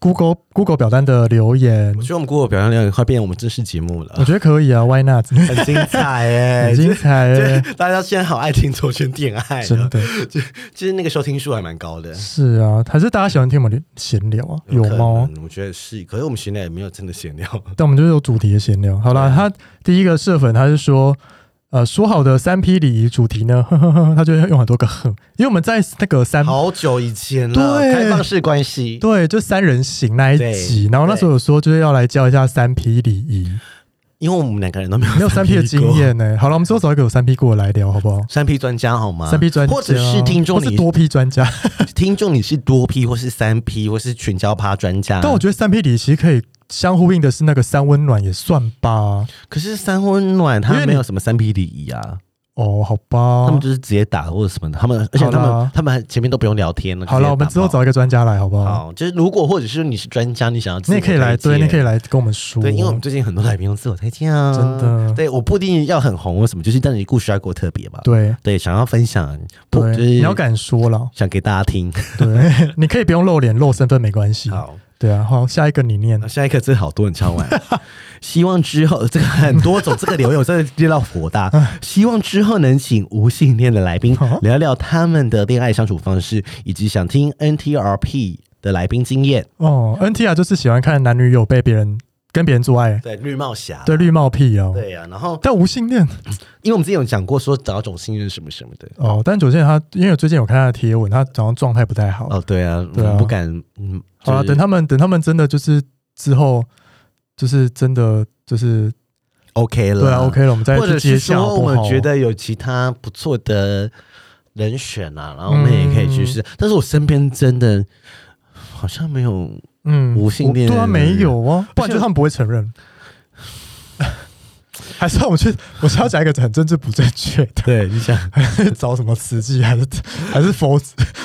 Google Google 表单的留言我，觉得我们 Google 表扬量也快变成我们正式节目了 我，觉得可以啊，Why not？很精彩很耶！精彩耶，大家现在好爱听周圈恋爱了，真的其实那个收听数还蛮高的。是啊，还是大家喜欢听我们闲聊啊？有可猫，能？我觉得是，可是我们闲聊也没有真的闲聊。但我们就是有主题的闲聊。好啦，对他第一个社粉他是说，呃，说好的三批礼仪主题呢， 呵呵呵，他就用很多个哼，因为我们在那个三好久以前了，对开放式关系，对，就三人行那一集，对然后那时候有说就是要来教一下三批礼仪，因为我们两个人都没有没有三批的经过，验呢、好了，我们之后找一个有三批过的来聊，好不好？三 P 专家好吗？三批专家，啊或者是听众或是你啊多批专家，听众你是多 P 或是三 P 或是群交趴专家，但我觉得三批礼仪其实可以相呼应的是那个三温暖也算吧。可是三温暖因为他你没有什么三 P 礼仪啊，哦，好吧，他们就是直接打或者什么的，他们而且他好啦们他们还前面都不用聊天了。好了，我们之后早。找一个专家来，好不好？好，就是如果或者是你是专家，你想要自你我也可以来，推对，荐你可以来跟我们说。对，因为我们最近很多来宾用自我推荐啊，真的对，我不一定要很红或什么，就是但你故事要够特别吧。对对，想要分享，不对，就是你要敢说了，想给大家 听。 对，你可以不用露脸露身份没关系。好，对啊，好，下一个你念那，下一个真的好多 人超完，希望之后这个很多种这个留言我真的跌到火大，嗯希望之后能请无性恋的来宾好聊聊他们的恋爱相处方式，以及想听 NTRP 的来宾经验。哦，NT 啊，就是喜欢看男女友被别人跟别人做爱，对，绿帽侠，对绿帽屁哦，啊对啊呀、然后但无性恋因为我们之前有讲过说找种信任什么什么的。哦，但九健他，因为我最近有看他的贴文，他早上状态不太好。哦，对啊，对啊我不敢，嗯，好了，就是等他们等他们真的就是之后，就是真的就是 OK 了，对啊，OK 了，我们再或者去接是下说好不哦我好？们觉得有其他不错的人选啊，然后我们也可以嗯去试。但是我身边真的好像 没有，嗯无性恋对啊，没有啊，不然就他们不会承认。 还是我去，我是要讲一个很政治不正确的，对你想找什么慈济还是还是佛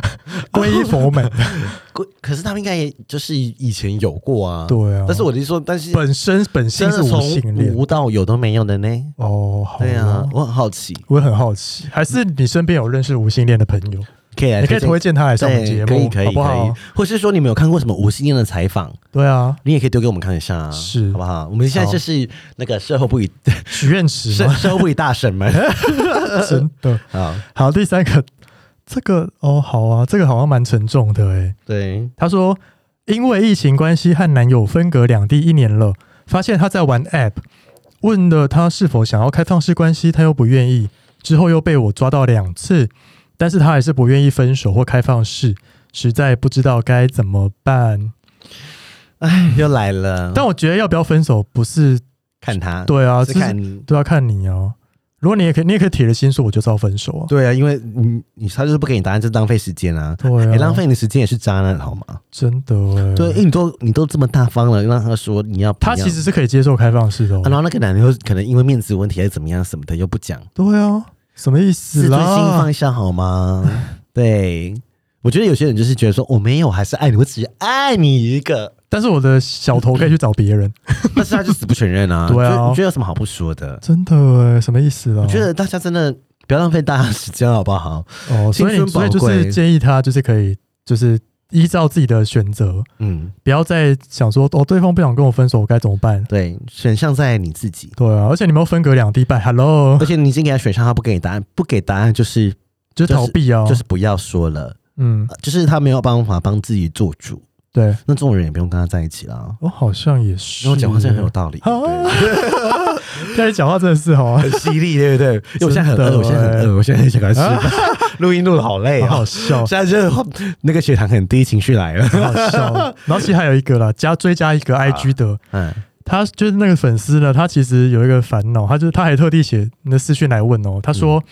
皈依佛 门的？ 啊可可是他们应该也就是以前有过啊，对啊但是我就说，但是本身本性真的是无性从恋无到有都没有的呢。哦，好对啊啊，，我很好奇，我也很好奇，还是你身边有认识无性恋的朋友，哎可以来你可以推荐他来上我们节对，目，可以可以好不好可？以，或是说你们有看过什么无性恋的采访？对啊，你也可以丢给我们看一下啊，是好不好？我们现在好就是那个社会部与 许愿池社嘛，社会部与大神们 真的好，好。第三个，这个哦，好啊，这个好像蛮沉重的诶、哎对，他说，因为疫情关系和男友分隔两地一年了，发现他在玩 App，问了他是否想要开放式关系，他又不愿意，之后又被我抓到两次，但是他还是不愿意分手或开放式，实在不知道该怎么办。哎，又来了，但我觉得要不要分手不是看他，对啊，是就是嗯看都要看你哦、如果你也可以，你也可以铁了心说我就是要分手啊。对啊，因为你你他就是不给你答案，就浪费时间啊，对啊，你浪费你的时间也是渣男好吗？真的哎、对，因为你都你都这么大方了，让他说你要，他你要其实。是可以接受开放式的、哦啊然后那个男的又可能因为面子问题还是怎么样什么的又不讲，对啊，什么意自思尊啦？心放一下好吗？对，我觉得有些人就是觉得说我没有，还是爱你，我只爱你一个，但是我的小头可以去找别人，但是他就死不承认啊。对啊就你觉得有什么好不说的？ 真的耶什么意思啊？我觉得大家真的不要浪费大家时间好不好？哦，所以青你春所以宝就贵是建议他就是可以就是依照自己的选择，嗯，不要再想说哦，对方不想跟我分手，我该怎么办？对，选项在你自己，对啊，而且你们又分隔两地拜，Hello， 而且你已经给他选项，他不给你答案，不给答案就是就是逃避啊，就是不要说了，嗯，呃就是他没有办法帮自己做主，对，那这种人也不用跟他在一起啦。我好像也是，因为我讲话真的很 有道理，啊对但你讲话真的是哦， 很犀利，对不对？因为我现在很真的饿，我现在很欸饿，我现在很想赶快吃饭， 录音录的好累好好哦，笑，现在就是那个血糖很低，情绪来了，好好笑。然后其实还有一个啦，加追加一个 IG 的， 嗯，他就是那个粉丝呢，他其实有一个烦恼，他就是他还特地写那私讯来问哦，他说、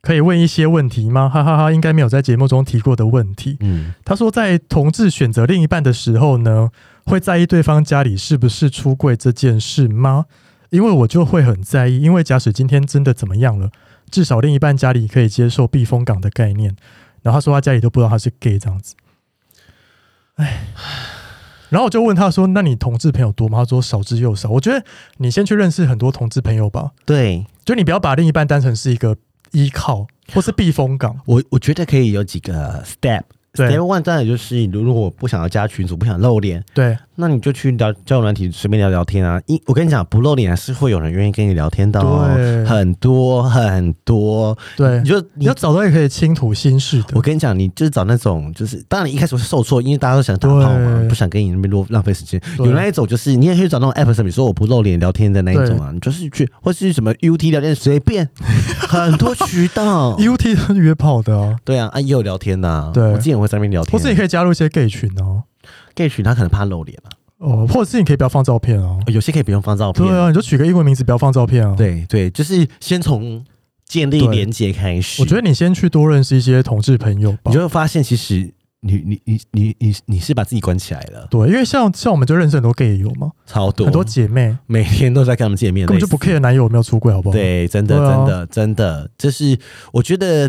可以问一些问题吗？哈哈哈，应该没有在节目中提过的问题。嗯，他说在同志选择另一半的时候呢，会在意对方家里是不是出柜这件事吗？因为我就会很在意，因为假使今天真的怎么样了，至少另一半家里可以接受避风港的概念。然后他说他家里都不知道他是 gay 这样子，哎，然后我就问他说：“那你同志朋友多吗？”他说：“少之又少。”我觉得你先去认识很多同志朋友吧，对就你不要把另一半当成是一个依靠或是避风港。我我觉得可以有几个 step。对 step one 当然就是，如果不想要加群组，不想露脸，对，那你就去聊交友软体随便聊聊天啊。因我跟你讲，不露脸还是会有人愿意跟你聊天的、哦，对很多很多。对，你就你你要找到一个可以倾吐心事的我。跟你讲，你就是找那种，就是当然你一开始会受挫，因为大家都想打炮嘛对，不想跟你那边浪浪费时间。对有那一种就是你也去找那种 app 上面说我不露脸聊天的那一种啊，你就是去或是什么 UT 聊天随便，很多渠 道。 UT 都是约炮的啊，对啊，啊也有聊天的、啊，对我之前也会在那边聊天。或是你可以加入一些 gay 群哦， gay 群他可能怕露脸啊，哦，或者是你可以不要放照片哦。有些可以不用放照片。对啊，你就取个英文名字，不要放照片啊。，哎对对，就是先从建立对连接开始。我觉得你先去多认识一些同志朋友吧你。就会发现，其实你你你你你你是把自己关起来了，对，因为像像我们就认识很多 gay 友嘛，超多很多姐妹每天都在跟他们见面，根本就累不死 care 男友有没有出轨，好不好？，对，真的对啊真的真的，就是我觉得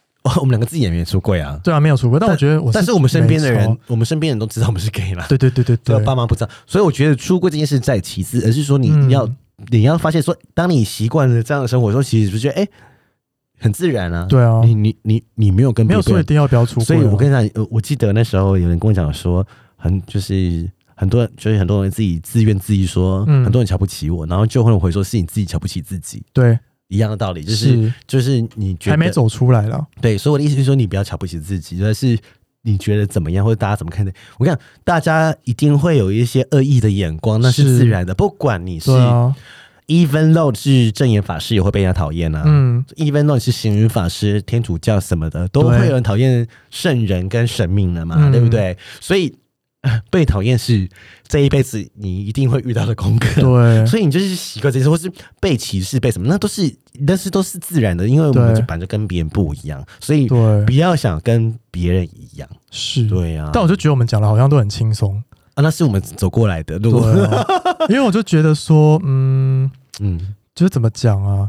我们两个自己也没出柜啊，对啊，没有出轨，但我觉得我但是我们身边的没人差，，我们身边人都知道我们是 gay 啦，对对对对只有对，爸妈不知道，所以我觉得出柜这件事在其次，而是说你嗯要你要发现说，当你习惯了这样的生活之后，其实就觉得哎，很自然啊，对啊你你你你没有跟没有别说一人定要不要出轨啊。所以我跟你讲，呃我记得那时候有人跟我讲说，很就是很多人，就是很多人自己自怨自艾说，嗯很多人瞧不起我，然后就会回说是你自己瞧不起自己，对一样的道理，就是是就是你觉得还没走出来啦，对，所以我的意思是说，你不要瞧不起自己，但是你觉得怎么样，或者大家怎么看待？我跟你讲，大家一定会有一些恶意的眼光，那是是自然的，不管你是、对啊， even though 是正言法师也会被人家讨厌啊，嗯， even though 你是行云法师、天主教什么的，都会有人讨厌圣人跟神明了嘛，嗯对不对？所以呃被讨厌是这一辈子你一定会遇到的功课。对， 所以你就是习惯这些，或是被歧视、被什么，那都是，但是都是自然的，因为我们对就本来就跟别人不一样，所以对不要想跟别人一样。是。对啊，但我就觉得我们讲的好像都很轻松，啊，那是我们走过来的路。对啊、因为我就觉得说，嗯，嗯，就是怎么讲啊，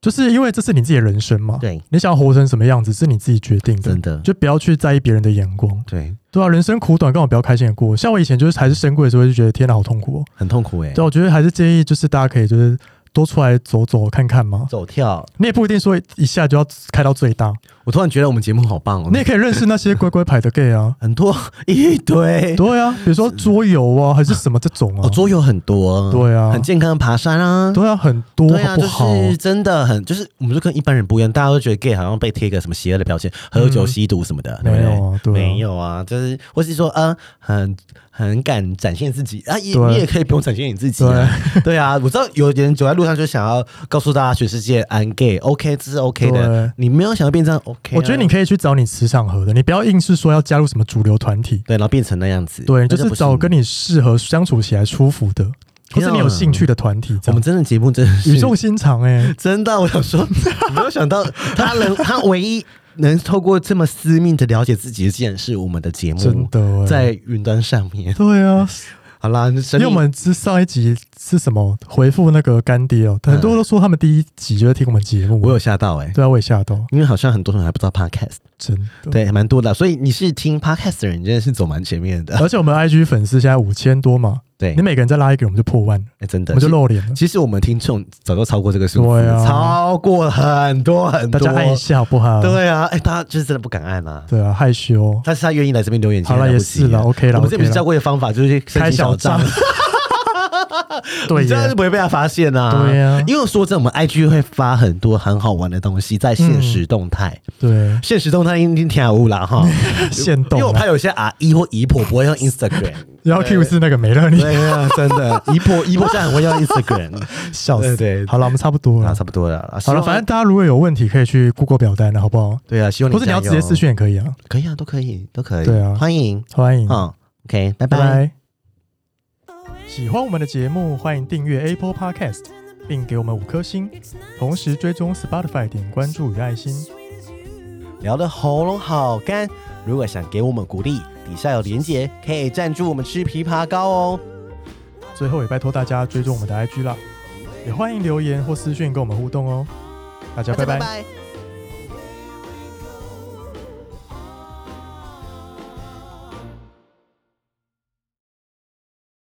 就是因为这是你自己的人生嘛，对，你想要活成什么样子是你自己决定的真，的，就不要去在意别人的眼光，对，对啊，人生苦短，干嘛不要开心的过？像我以前就是还是深贵的时候，就觉得天哪，好痛苦哦。很痛苦哎、对啊，我觉得还是建议就是大家可以就是多出来走走看看嘛，走跳，你也不一定说一下就要开到最大，我突然觉得我们节目好棒哦，你也可以认识那些乖乖牌的 gay 啊。很多一堆，对啊，比如说桌游啊，还是什么这种啊哦，，桌游很多，对啊很健康的爬山啊，对啊，很多对啊，好就不好？是真的很，就是我们就跟一般人不一样，大家都觉得 gay 好像被贴一个什么邪恶的标签，喝酒、嗯吸毒什么的，对不没有对啊，对啊没有啊，就是或是说，嗯、很很敢展现自己啊，也对你也可以不用展现你自己、啊，对啊，我知道有人走在路上就想要告诉大家全世界 I'm gay，OK，、这是 OK 对的，你没有想要变这样 OK，啊、我觉得你可以去找你磁场合的，你不要硬是说要加入什么主流团体，对，然后变成那样子，对，就那是不找你跟你适合相处起来舒服的，或是你有兴趣的团体。这啊我样们真的节目真的是语重心长哎，真的，我 想说，没有想到他能，他唯一能透过这么私密的了解自己，竟然是我们的节目，真的欸嗯在云端 上面。对啊，好啦，因神为秘我们之上一集是什么回复那个干爹哦，很多都说他们第一集就在听我们节目，嗯我有吓到哎、对啊，我也吓到，因为好像很多人还不知道 podcast，真的。对，还蛮多的，所以你是听 podcast 的人，你真的是走蛮前面的。而且我们 IG 粉丝现在五千多嘛，对你，每个人再拉一个，我们就破万了，哎真我的们就。露脸了。其实我们听众早就超过这个数字，对啊超过很多很大多。家按一下好不好？对啊，哎、大家就是真的不敢按啊。对啊，害羞。但是他愿意来这边留言，好了现在来也不及啊是啦，OK 啦我们 OK 这边啦教过的方法就是申开请小小账账，啊 对你这样呀就，不会被他发现啊。对啊因为说真的，我们 IG 会发很多很好玩的东西在现嗯实动态， 对，现实动态一定跳 舞啦哈。现因动为我啊。怕有些阿姨或姨婆不会用 Instagram，然后 Q 是那个没了你，对啊，真的姨 婆姨婆现在很会用 Instagram。笑死。对对好了，我们差不多 啊，了差。不多了啦，好了，希望反正大家如果有问题，可以去 Google 表单了，好不好？对啊，希望你或者你要直加油接私讯也可以啊，可以啊，都可以，都可以，对啊欢迎，欢迎，嗯，OK，拜拜拜。拜。喜欢我们的节目，欢迎订阅 Apple Podcast，并给我们五颗星，同时追踪 Spotify 点关注与爱心。聊得喉咙好干。如果想给我们鼓励，底下有连结，可以赞助我们吃枇杷膏哦。最后也拜托大家追踪我们的 IG 啦，也欢迎留言或私讯跟我们互动哦。大家大家拜拜拜。拜。